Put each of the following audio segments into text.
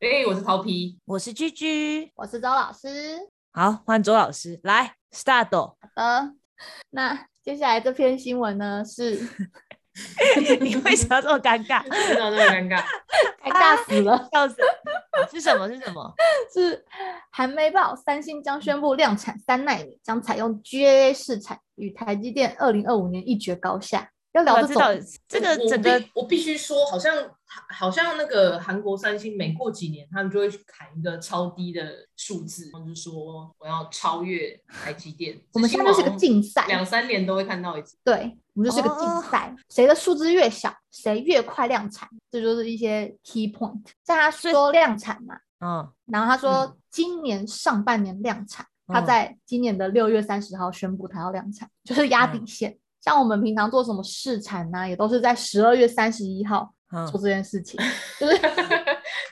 哎、我是桃 皮，我是居居。我是周老师。好，换周老师来，start。 好的，呃那接下来这篇新闻 呢是你为什么这么尴尬？真的这么尴尬？哎啊尬死了， 笑死！是什么？是什么？是韩媒报，三星将宣布量产三纳米，将采用 GAA 试产，与台积电二零二五年一决高下。要聊我 这知道种，这个我整个必我必须说，好像好像那个韩国三星，每过几年他们就会去砍一个超低的数字，然后就说我要超越台积电。 我们现在就是个竞赛，两三年都会看到一次。 对，我们就是个竞哦赛，谁的数字越小，谁越快量产，这就是一些 key point。在他所以说量产嘛，嗯，然后他说嗯今年上半年量产，他嗯在今年的六月三十号宣布他要量产，就是压底嗯线。像我们平常做什么试产啊呐、也都是在十二月三十一号嗯做这件 事情，就是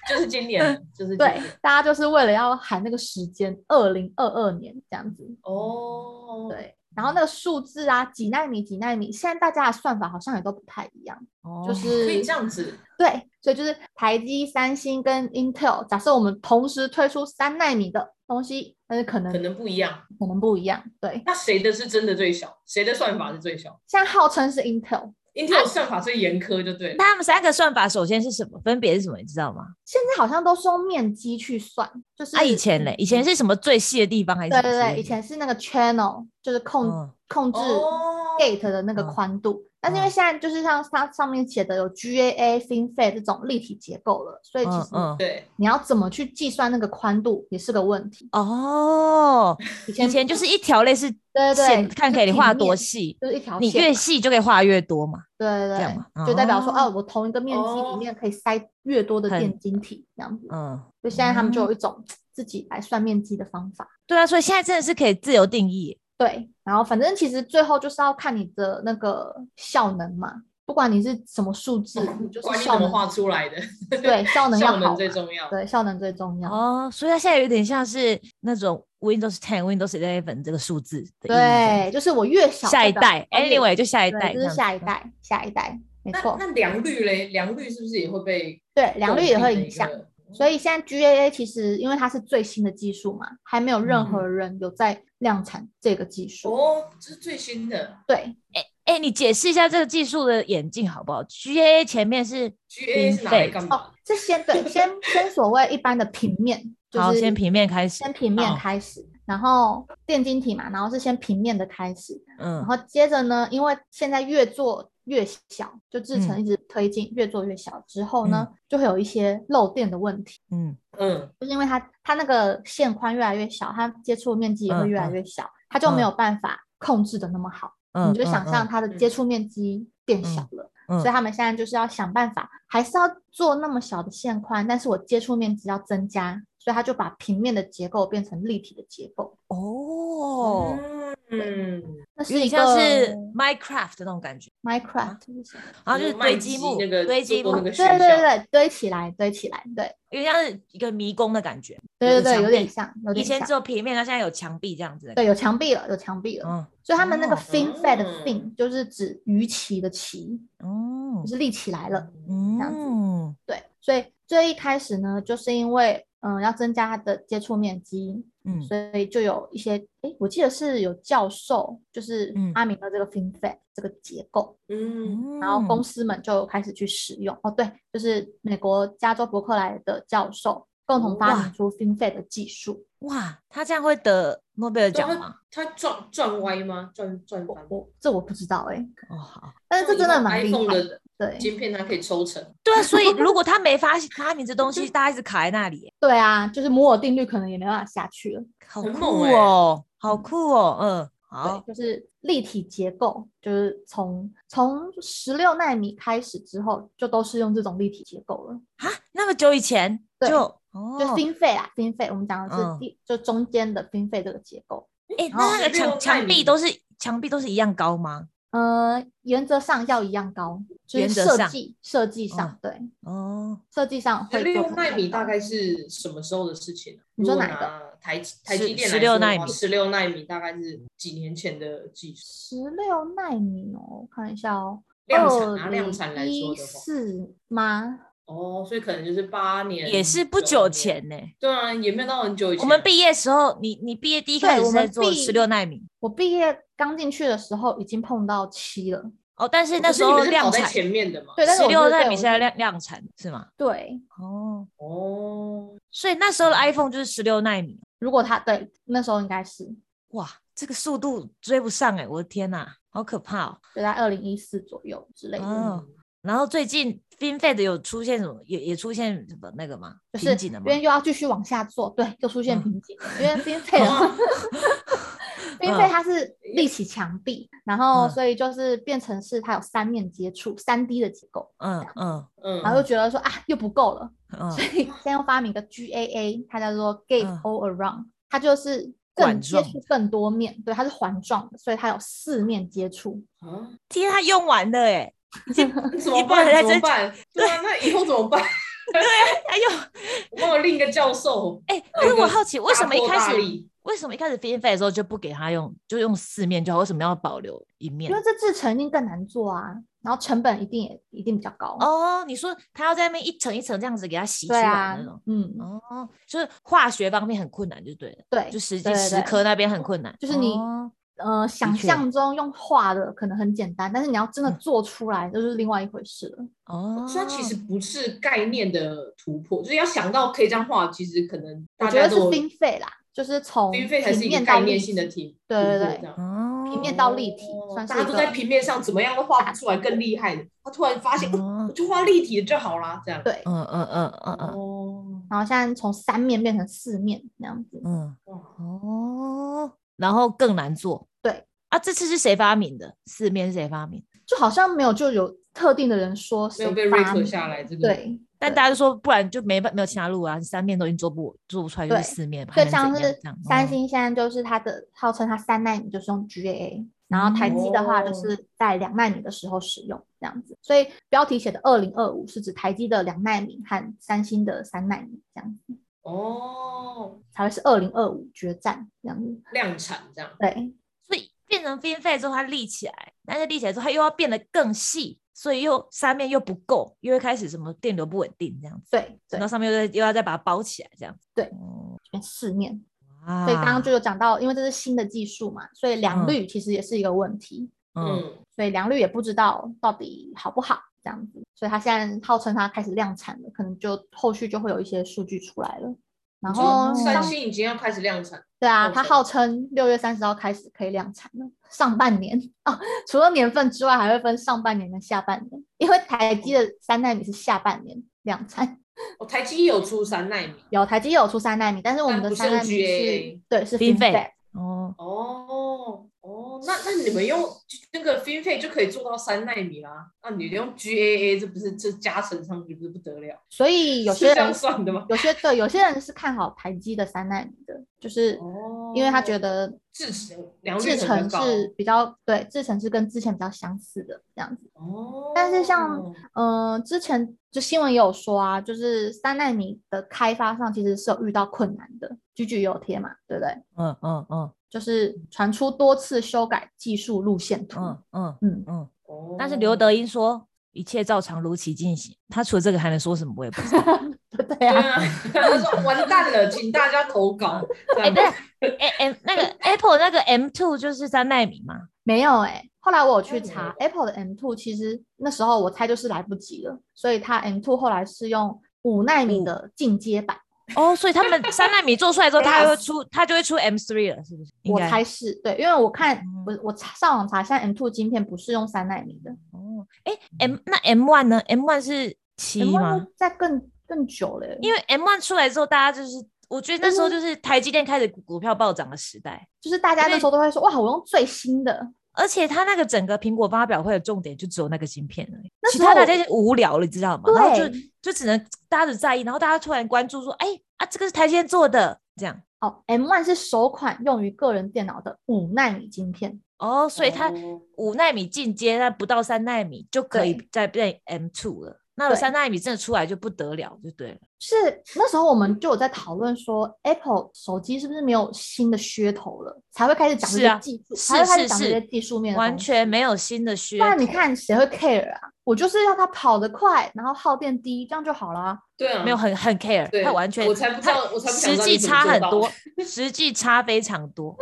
就是今年，就是今嗯对年，大家就是为了要喊那个时间，二零二二年这样子。哦，，对，然后那个数字啊，几纳米几纳米，现在大家的算法好像也都不太一样，哦就是可以这样子，对，所以就是台积、三星跟 Intel，假设我们同时推出三纳米的东西，但是可能可能不一样。可能不一样。对，那谁的是真的最小？谁的算法是最小像号称是 Intel， ？Intel 算法最严苛，就对了。那他们三个算法首先是什么？分别是什么？你知道吗？现在好像都是用面积去算，就是啊，以前嘞，以前是什么最细的地方还是什么对对之类的？对，以前是那个 channel，就是控、嗯控制哦 gate 的那个嗯宽度，但是因为嗯现在就是像它上面写的有 GAA、FinFET 这种立体结构了，所以其嗯实嗯对，你要怎么去计算那个宽度也是个问题。哦，以以前就是一条类似对对线，对，看就可以平画多面，细，就是一条你线越嘛细就可以画越多嘛，对对这样对。嘛，就代表说，哦、哦，我同一个面积里哦面可以塞越多的很电晶体，这样子。嗯，就现在他们就嗯有一种自己来算面积的方法。对啊，所以现在真的是可以自由定义。对，然后反正其实最后就是要看你的那个效能嘛，不管你是什么数字，你就哦管是你效怎么 能画出来的，对，效能要效好能嘛，最重要。对，效能最重要。哦，所以它现在有点像是那种 Windows Ten、Windows Eleven 这个数字的意义在对，就是我越小下代一表代我越，Anyway 就下一对代，就这样是下子一，代，下一代，没那错，那良率嘞？良率是不是也会被对，良率也会影响。所以以现在 GAA 其实因为它是最新的技术嘛，还没有任嗯何人有在量产这个技术。哦，这是最新的对，哎，你解释一下这个技术的演进好不好？GA 前面是 GA 是拿来 Infect 干哦嘛？，这先对，先先所谓一般的平面，就好，是先平面开始，先平面好开始，然后电晶体嘛，然后是先平面的开始，嗯然，后接着呢，因为现在越做越小，就制程嗯一直推进，越做越小之后呢，就会有一些漏电的问题，嗯，嗯，就是因为它它那个线宽越来越小，它接触面积也会嗯越来嗯越小，它就没嗯有办法控制的那么好，嗯你就想象，它的接触面积变小了。嗯嗯所以他们现在就是要想办法，还是要做那么小的线宽，但是我接触面积要增加，所以他就把平面的结构变成立体的结构。哦，嗯，那有是点一像个是啊 Minecraft 的那种感觉， Minecraft，是什么然后就是堆积木，那个堆积木做，那个学对对对校，对，堆起来，堆起来，对有点像是一个迷宫的感觉。对对对，有有个点墙像，有以点前像只，有平面，它现在有墙壁这样子的。对，有墙壁了，有墙壁了。嗯，所以他们那个哦 FinFET 嗯 Fin 就是指鱼鳍的鳍，哦就，是立起来了。这样子嗯，对，所以最一开始呢，就是因为嗯要增加它的接触面积，嗯，所以就有一些，诶，我记得是有教授就是嗯发明了这个 FinFET 这个结构，嗯，然后公司司们就开始去使用。哦，对，就是美国加州伯克莱的教授共同发哇明出 FinFET 的技术。哇，他这样会得诺贝尔对奖啊吗？它转转歪吗？转转翻我？我这我不知道哎、哦，好，但是这真的蛮厉 iPhone 害的的。对晶片它可以抽成，对啊，所以如果他没发现发明这东西，大家一直卡在那里耶，对啊，就是摩尔定律可能也没办法下去了。好很酷猛耶哦，好酷哦，嗯，对好，，就是立体结构，就是从从十六纳米开始之后，就都是用这种立体结构了。啊，那么久以前对就就哦， fin 费啊，fin 费，我们讲的嗯是第、就中间的 fin 费这个结构。哎，然那后那个墙16墙纳壁米都是墙壁都是一样高吗？呃，原则上要一样高，就原是则设上计设计上、嗯对哦，设计上会十六做不一纳样米高大概是什么时候的事情啊？你说哪一个个？台台十积电16纳米十六纳米大概是几年前的技术？十六纳米哦，我看一下哦，量产拿2014量产来说的话，吗？哦，所以可能就是八年，也是不九久年。前呢、对啊，也没有到很久以前。哦我们毕业时候，你你毕业第一对开始我是在们做毕十六纳米我毕业刚进去的时候已经碰到七了，哦，但是那可是时你候们是跑量在产前面的嘛？对，但是十我六是纳对米我现在量量产是吗？对，哦，哦，所以那时候的 iPhone 就是十六纳米，如果他对那时候应该是哇，这个速度追不上哎、我的天呐、好可怕哦！就在二零一四左右之嗯类的，哦然后最近 FinFET 有出现什么，也也出现什么那个吗？就瓶是颈的因吗？为又要继续往下做，对，又出现嗯瓶颈了，因为 冰费的话冰费它是立起墙壁，然后嗯所以就是变成是它有三面接触，三 D 的结构，嗯嗯嗯，然后又觉得说啊又不够了，嗯 所，以现在又发明一个 GAA，它叫做 Gate 嗯 All Around，它就是更管接状触更多面，对，它是环状的，所以它有四面接触。啊，天，它用完了哎、那怎么一般办？人在怎么争办？对啊，那以后怎么办？它用我帮我另一个教授。哎、可是那我个好 奇，为什大么一破开大始立为什么一开始 FinFET 的时候就不给他用，就用四面就好？为什么要保留一面因为？这制成一定更难做啊，然后成本一定也一定比较高。，哦，你说他要在那边一层一层这样子给它洗出对来啊那种？，嗯，哦，就是化学方面很困难，就对了，对，就实际对对实对科那边很困难，就是你哦呃想确象中用画的可能很简单，但是你要真的嗯做出来，就是另外一回事了。哦，所以它其实不是概念的突破，就是要想到可以这样画，其实可能我大觉家得是都经费啦，就是从经费才是平一个面到概立念性的体，题，对突对破对这样哦，平面到立体哦算是大家一都个在平面上怎么样都画不出来更厉害的，他突然发现，哦我哦，就画立体就好啦，这样。对。嗯嗯嗯嗯嗯哦，然后现在从三面变成四面那样子，嗯，哇哦，然后更难做，对啊，这次是谁发明的？四面是谁发明？就好像没有就有特定的人说没谁有被发 rate 明下来，这嗯个对，但对大家就说，不然就没办没有其他路啊，三面都已经做不做不出来，就对是四面吧，就还能像怎样这是嗯样三哦星现在就是它的号称它三纳米就是用 GAA，然后台积的话就哦是在两纳米的时候使用这样子，所以标题写的二零二五是指台积的两纳米和三星的三纳米这样子哦，才会是二零二五决战这样子。量产这样。对，所以变成 FinFET 之后，它立起来，但是立起来之后，它又要变得更细，所以又三面又不够，又会开始什么电流不稳定这样子，对对然后上面又再又要再把它包起来这样子，对哦，全四面。哇所以刚刚就有讲到，因为这是新的技术嘛，所以良啊嗯率其实也是一个问题，嗯嗯，所以良率也不知道到底好不好这样子。所以它现在号称它开始量产了，可能就后续就会有一些数据出来了。然后哦三上星已经要开始量产，对啊，号它称号称六月三十号开始可以量产了，上半年 哦，除了年份之外，还会分上半年跟下半年，因为台积的三纳米是下半年量产，哦，台积也有出三纳米。有台积也有出三纳米，但是我们但的不是三纳米 GAA 是对是 FinFET FinFET，哦，哦哦，那那你们用那个 FinFET 就可以做到三纳米啦，那你用 GAA 这不是这加成上去不是不得了？所以有是些这样人算的吗？有些对有些人是看好台积的三纳米的，就是哦，因为他觉得制哦成良率制可能程高是比较对制程是跟之前比较相似的这样子。哦，但是像嗯、呃之前就新闻也有说啊，就是三纳米的开发上其实是有遇到困难的，居居也有贴嘛，对不对？嗯嗯嗯就是传出多次修改技术路线图，嗯嗯嗯， 嗯，哦，但是刘德英说。一切照常如期进行。他除了这个还能说什么？我也不知道。对对对啊，啊， 他说完蛋了，请大家投稿。这哎、样对， 哎、M 那个 Apple 那个 M two 就是三纳米嘛。没有哎、后来我有去那你查有 Apple 的 M2，其实那时候我猜就是来不及了，所以它 M2 后来是用五纳米五的进阶版，哦，所以他们三纳米做出来 之后，它 Plus 会出，它就会出 M three 了，是不是？应我该猜是对，因为我看嗯我我查上网查，现在 M2 晶片不是用三纳米的哦，哎，M 那 M one 呢？M one 是七，M1 吗又？再更更久了欸，因为 M one 出来之后，大家就是，我觉得那时候就是台积电开始股股票暴涨的时代，就是大家因那为时候都会说哇，我用最新的，而且它那个整个苹果发表会的重点就只有那个芯片而已，那其时他大候家就无聊了，你知道吗？然后就对就只能大家只在意，然后大家突然关注说，哎啊，这个是台积电做的，这样。哦，M1 是首款用于个人电脑的五纳米晶片，哦，所以它哦五纳米进阶，它不到三纳米就可以对再变 M two 了。那有对三纳米真的出来就不得了，就对了。是那时候我们就有在讨论说，Apple 手机是不是没有新的噱头了，才会开始讲这是啊些技术，是才会开始是讲这是些技术面的完东西全没有新的需不然你看谁会 care 啊？我就是要它跑得快，然后耗电低，这样就好啦。对啊，没有很很 care，对他完全我才不知道他我才不想实知道际你怎么差做很到多的，实际差非常多，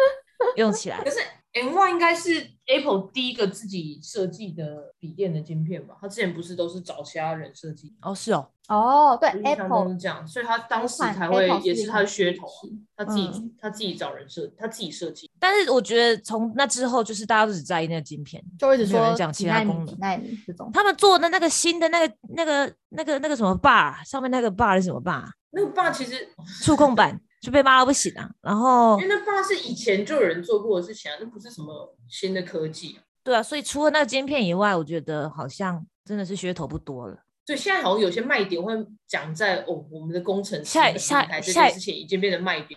用起来可是 M One 应该是 Apple 第一个自己设计的笔电的晶片吧？他之前不是都是找其他人设计？哦是哦，哦，对我印象中，Apple 是这样，所以他当时那款才会 Apple 也是他的噱头啊，是他自己、嗯他自己找人设，他自己设计。但是我觉得从那之后就是大家都只在意那个晶片，就一直没有说人讲几其他纳功能米、几纳米这 种。他们做的那个新的那个那个那个那个什么 bar 上面那个 bar 是什么 bar 那个爸其实，触控板就被骂到不行啊，然后因为那爸是以前就有人做过的事情啊，那不是什么新的科技、啊。对啊，所以除了那个晶片以外，我觉得好像真的是噱头不多了。所以现在好像有些卖点会讲在哦，我们的工程师下的下平台这下件事情已经变成卖点。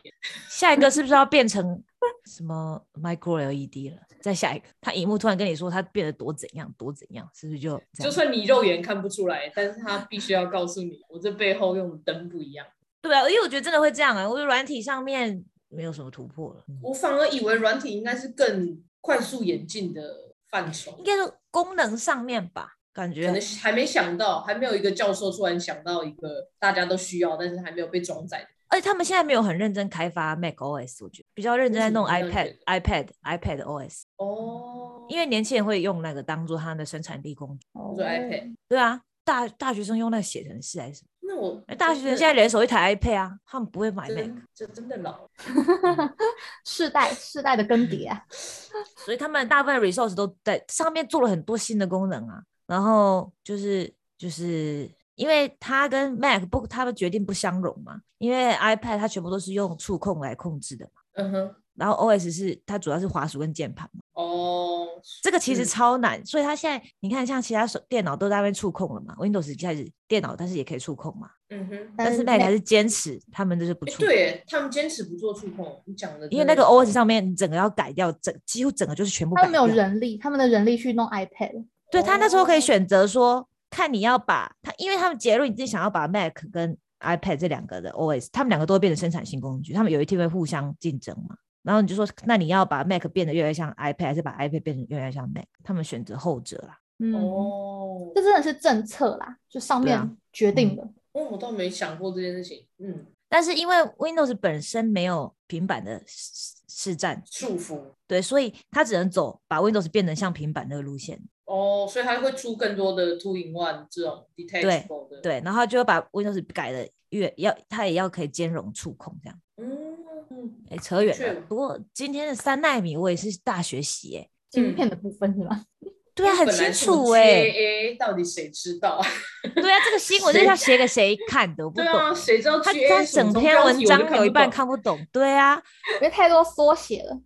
下一个是不是要变成什么 micro LED 了？再下一个，它荧幕突然跟你说它变得多怎样多怎样，是不是就就这样？算你肉眼看不出来，但是他必须要告诉你，我这背后用的灯不一样。对啊，因为我觉得真的会这样啊、我觉得软体上面没有什么突破了，嗯我反而以为软体应该是更快速演进的范畴应，该说功能上面吧，感可能觉还没想到，还没有一个教授突然想到一个大家都需要，但是还没有被装载的。而且他们现在没有很认真开发 Mac OS，我觉得比较认真在弄为什么这样 iPad、iPad、iPad OS，哦，因为年轻人会用那个当做他的生产力工具。哦我说 iPad，对啊，大大学生用那个写程式还是什么？那我哎大学生现在人手一台 iPad 啊，他们不会买 Mac，真这真的老，世代世代的更迭啊，所以他们大部分的 resource 都在上面做了很多新的功能啊。然后就是就是因为它跟 Mac 不，他们决定不相容嘛，因为 iPad 它全部都是用触控来控制的嘛。嗯哼，然后 OS 是它主要是滑鼠跟键盘嘛，哦，这个其实嗯超难，所以它现在你看像其他手电脑都在那边触控了嘛，Windows 一开始电脑但是也可以触控嘛，嗯哼， 但是 Mac 还是坚持他们就是不哎，触控，对耶，他们坚持不做触控，你讲的真的是，因为那个 OS 上面你整个要改掉，整几乎整个就是全部他改们没有掉。人力，他们的人力去弄 iPad，对他那时候可以哦选择说，看你要把他，因为他们结论你自己想要把 Mac 跟 iPad 这两个的 OS，他们两个都会变成生产性工具，他们有一天会互相竞争嘛。然后你就说，那你要把 Mac 变得越来越像 iPad，还是把 iPad 变得越来越像 Mac？他们选择后者啦。嗯，哦这，真的是政策啦，就上对啊面决定的。哦，我倒没想过这件事情，嗯，但是因为 Windows 本身没有平板的市市占，束缚。对，所以它只能走把 Windows 变成像平板那个路线。哦，所以它会出更多的 two in one 这种 detachable 的。，对，然后它就会把 Windows 改的越要，它也要可以兼容触控这样。嗯，哎、扯远确了。不过今天的三纳米我也是大学习、欸，晶片的部分 是吧？对啊，很本来清什么楚哎、 GAA 到底谁知道啊？对啊，这个新闻就是谁要写给谁看的，我不对懂。啊，谁知道他 GAA 他什么整时候篇标文题我就章有一不半懂看不懂，对啊。因为太多缩写了，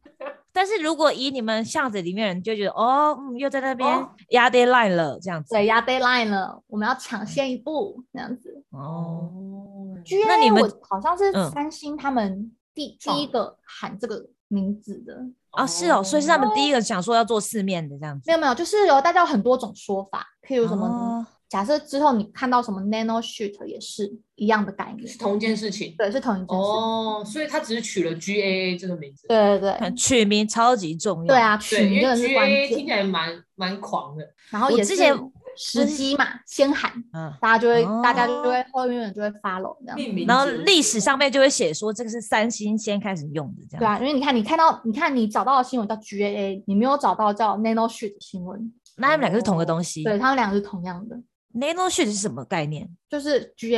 但是如果以你们巷子里面人就觉得，哦，嗯，又在那边哦压 deadline 了，这样子。对，压 deadline 了，我们要抢先一步这样子。哦，哦， GA 那你们我好像是嗯三星他们第创第一个喊这个名字的，哦，是哦，所以是他们第一个想说要做四面的这样子。没有没有，就是有大家有很多种说法，譬如什么，哦假设之后你看到什么 nano sheet 也是一样的概念，是同一件事情。对，是同一件事。哦，所以他只是取了 GAA 这个名字。对对对，取名超级重要。对，啊，对，因取为真的是关 GAA 听键。起来蛮蛮狂的。然后我也之是前时机嘛，先喊，嗯。大家就会，大家哦就会后面人就会 follow 这样。命名嗯然后者是历史上面就会写说这个是三星先开始用的这样。对啊，因为你看，你看到，你看你找到的新闻叫 GAA，你没有找到叫 nano sheet 的新闻，那他们两个是同个哦东西。对他们俩是同样的， Nano Sheet 是什么概念？就是 GAA。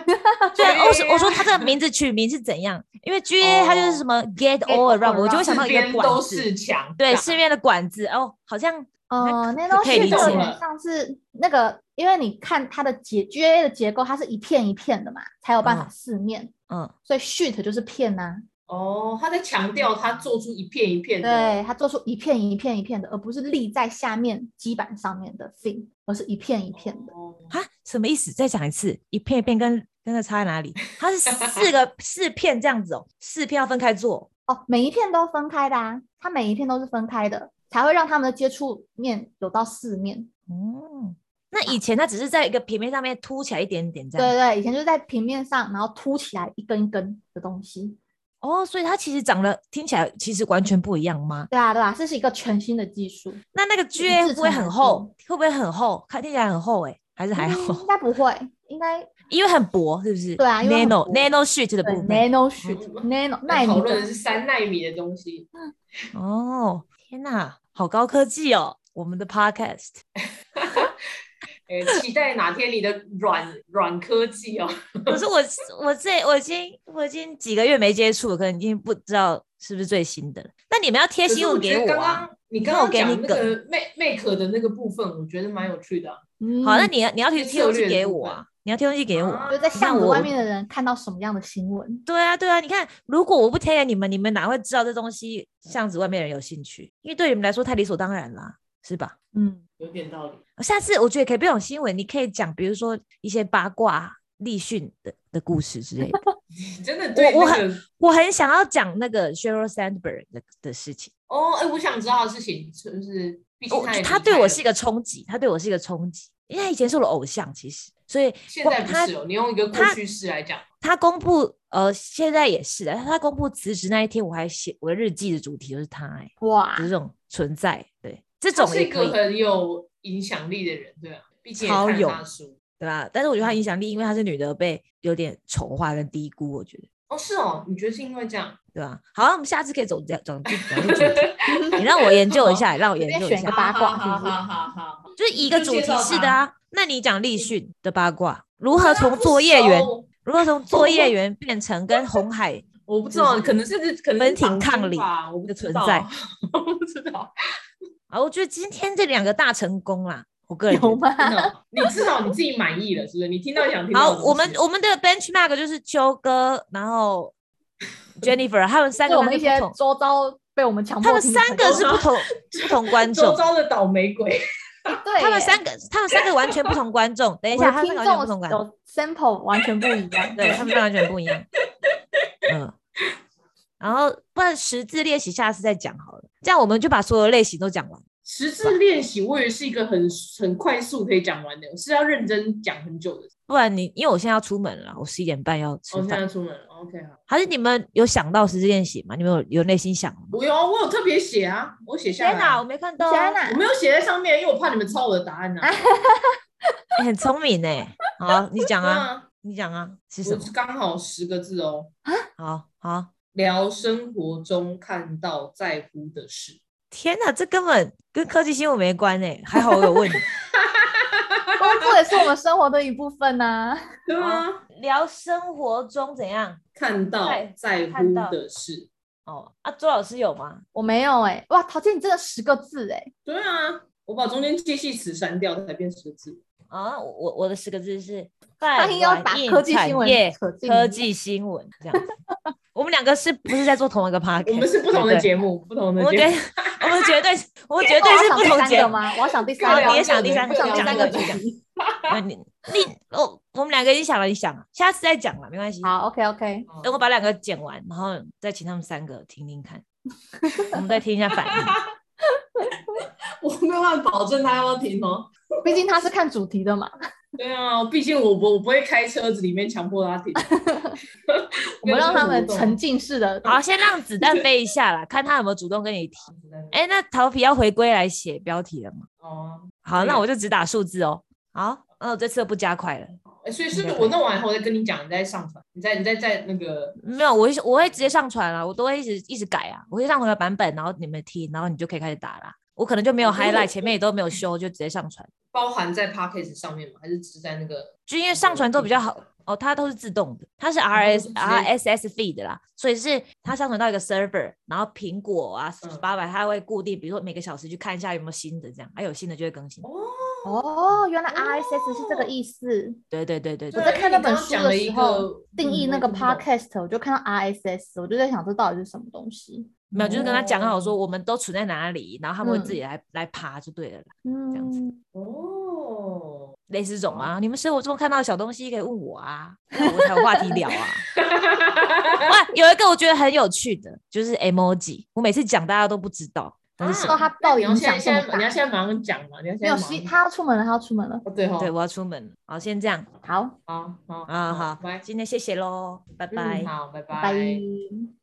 GAA 啊。对啊，我说 GAA 啊我说它这个名字取名是怎样？因为 GA 它就是什么 Get All all Around，我就会我想到四一个边管都子是，啊墙。对，是四面的管子哦，好像呃，那可东可以西理就解有点像是那个，因为你看它的结 GA 的结构，它是一片一片的嘛，才有办法嗯四面，嗯，所以 sheet 就是片啊呐、哦，他在强调他做出一片一片的。哦对，它做出一片一片一片的，而不是立在下面基板上面的 thing，而是一片一片的。哦啊，什么意思？再讲一次，一片一片跟跟那差在哪里？它是四个四片这样子哦，四片要分开做，哦，每一片都分开的啊，它每一片都是分开的，才会让它们的接触面有到四面。嗯，那以前它只是在一个平面上面凸起来一点点这对样，对，以前就是在平面上，然后凸起来一根一根的东西。哦，所以它其实长得听起来其实完全不一样吗？对啊，对啊，这是一个全新的技术，那那个是 G A 会制不会成很的厚？会不会很厚？看听起来很厚哎、还是还嗯好应，该不会，应该因为很薄，是不是？对啊因为很 nano 薄 nano sheet 的对部分。 nano sheet nano 纳讨米论的的是三纳米的东西，哦，天哪，好高科技哦！我们的 podcast 呃，期待哪天你的软软科技哦，可是我我这我已经我已经几个月没接触了，可能已经不知道是不是最新的了。那你们要贴可新是我闻觉给得我刚啊！刚你你刚看我刚给讲你那梗个 make make 的那个部分，我觉得蛮有趣的啊、好，那嗯你要你要贴是贴东策西略的给部我分啊！你要贴东西给我啊啊！就在巷子我外面的人看到什么样的新闻？对啊，对啊，你看，如果我不贴给你们，你们哪会知道这东西巷子外面人有兴趣？因为对你们来说太理所当然啦，是吧？嗯，有点道理。下次我觉得可以不用新闻，你可以讲，比如说一些八卦、立讯的的故事之类的。你真的对我那个我很想要讲那个 Sheryl Sandberg 的的事情，哦，哎、我想知道的事情就是，毕竟我他也哦他离对开我了是一个冲击，他对我是一个冲击，因为他以前是我的偶像，其实，所以现光在不他是哦，你用一个过他去式来讲，他公布呃，现在也是的，他公布辞职那一天，我还写我的日记的主题就是他、欸，哇就是，这种存在，对，这他种是也一可个以，很有影响力的人，对啊，毕竟也超看有他的书。对吧？但是我觉嗯得他影响力，因为她是女的，被有点丑化跟低估，我觉得，哦，是哦，你觉得是因为这样？对吧？好，我们下次可以走讲讲这讲这主题， 你让我研究一下，让我研随便究一选下个，八卦啊哈哈是不是哈哈哈哈。就是一个就主介题绍式的他啊。那你讲嗯立讯的八卦，如何那从不作业员，熟如 何从作业员变成跟红海我不知道，就是可能是可能分是庭绑抗架礼吧，我不的知存道在， 我不知道。啊？我觉得今天这两个大成功啦，我个人觉有得吗？真的哦，你至少你自己满意了，是不是？你听到你想听到好，的东西。我们我们的 benchmark 就是秋哥，然 后 Jennifer，他们三个就我们都一是些不同周遭被我们强迫他们听三的个是不 同不同观周众，遭的倒霉鬼，对耶，他们三个他们三个完全不同观众。等一我下，的他们听三个完全不同众观众，有 sample 完全不一 样，对他们完全不一 样。嗯，然后不然识字练习下次再讲好了，这样我们就把所有类型都讲完。 识字练习，我也是一个很很快速可以讲完的，是要认真讲很久的。哦不然你因为我现在要出门了，我十一点半要吃我现饭。在出门了，OK 好。还是你们有想到识字练习吗？你们有有内心想吗？我有啊，我有特别写啊，我写下天哪，来我啊。没看到、天啊，哪 我没有写在上面，因为我怕你们抄我的答案呢、啊。你很聪明呢、好，你讲 啊。那你讲啊，是什我么是？刚好十个字哦，好好，聊生活中看到在乎的事。天哪，这根本跟科技新闻没关诶、还好我有问 你。工作也是我们生活的一部分呐、对啊，聊生活中怎样？看到对在乎看到的事。哦，啊，周老师有吗？我没有哎、哇，陶健你真的十个字哎、对啊，我把中间介系词删掉才变十个字。啊，我我我的十个字是 他饭应该要打软硬科技新产闻业扯进科技新闻这样子。我们两个是不是在做同一个 p a r t 我们是不同的节目，不同的我们节绝目。我们绝对我们绝哎对是不我同要想第节三个目。吗？我要想第好三聊你也两个，想个第三不个，要你聊讲三一个个你讲一个。啊你你哦，我们两个已经想了，你想了，下次再讲了，没关系。好，OK OK，等哦我把两个剪完，然后再请他们三个听听看，我们再听一下反应。 我没有办法保证他要听哦。毕竟他是看主题的嘛，对啊，毕竟我我我不会开车子里面强迫他听。我们让他们沉成浸式的。好，先让子弹飞一下啦，看他有没有主动跟你提。哎、那桃皮要回归来写标题了吗？哦，好，对那我就只打数字哦。好，那我这次不加快了。哎所以是不是我弄完以后再跟你讲，你再上传，你再你再再那个没有，我会我会直接上传啊，我都会一直一直改啊，我会上传的版本，然后你们听，然后你就可以开始打啦。我可能就没有哦可是我 highlight，前面也都没有修，就直接上传。包含在 p a c k a g e 上面吗？还是只在那个？就因为上传之后比较嗯好哦，它都是自动的，它是 R 就 S 啊直接 R S S feed 啦，所以是它上传到一个 server，然后苹果啊、嗯 Spotify 它会固定，比如说每个小时去看一下有没有新的这样，啊还有新的就会更新。哦，哦，原来 RSS 是这个意思。对对对对对我对，在看那因为你刚本刚书讲的了一时个候，定义那个嗯我也听不懂 podcast，我就看到 RSS，我就在想这到底是什么东西。没有就是跟他讲好说哦我们都存在哪里，然后他们会自嗯己来、来爬就对了啦，这样子嗯，哦，类似这种啊，你们生活中看到的小东西可以问我啊，那我才有话题聊 啊。哇，有一个我觉得很有趣的，就是 emoji，我每次讲大家都不知道。那是什到么它啊那爆你要影现在响现在这你要么大，现在马上讲嘛，你要现在没有，马上是他要出门了，他要出门了。哦对哦，对，我要出门了，好，先这样好，好好啊，好拜，嗯今天谢谢喽，拜拜。嗯，好，拜拜拜。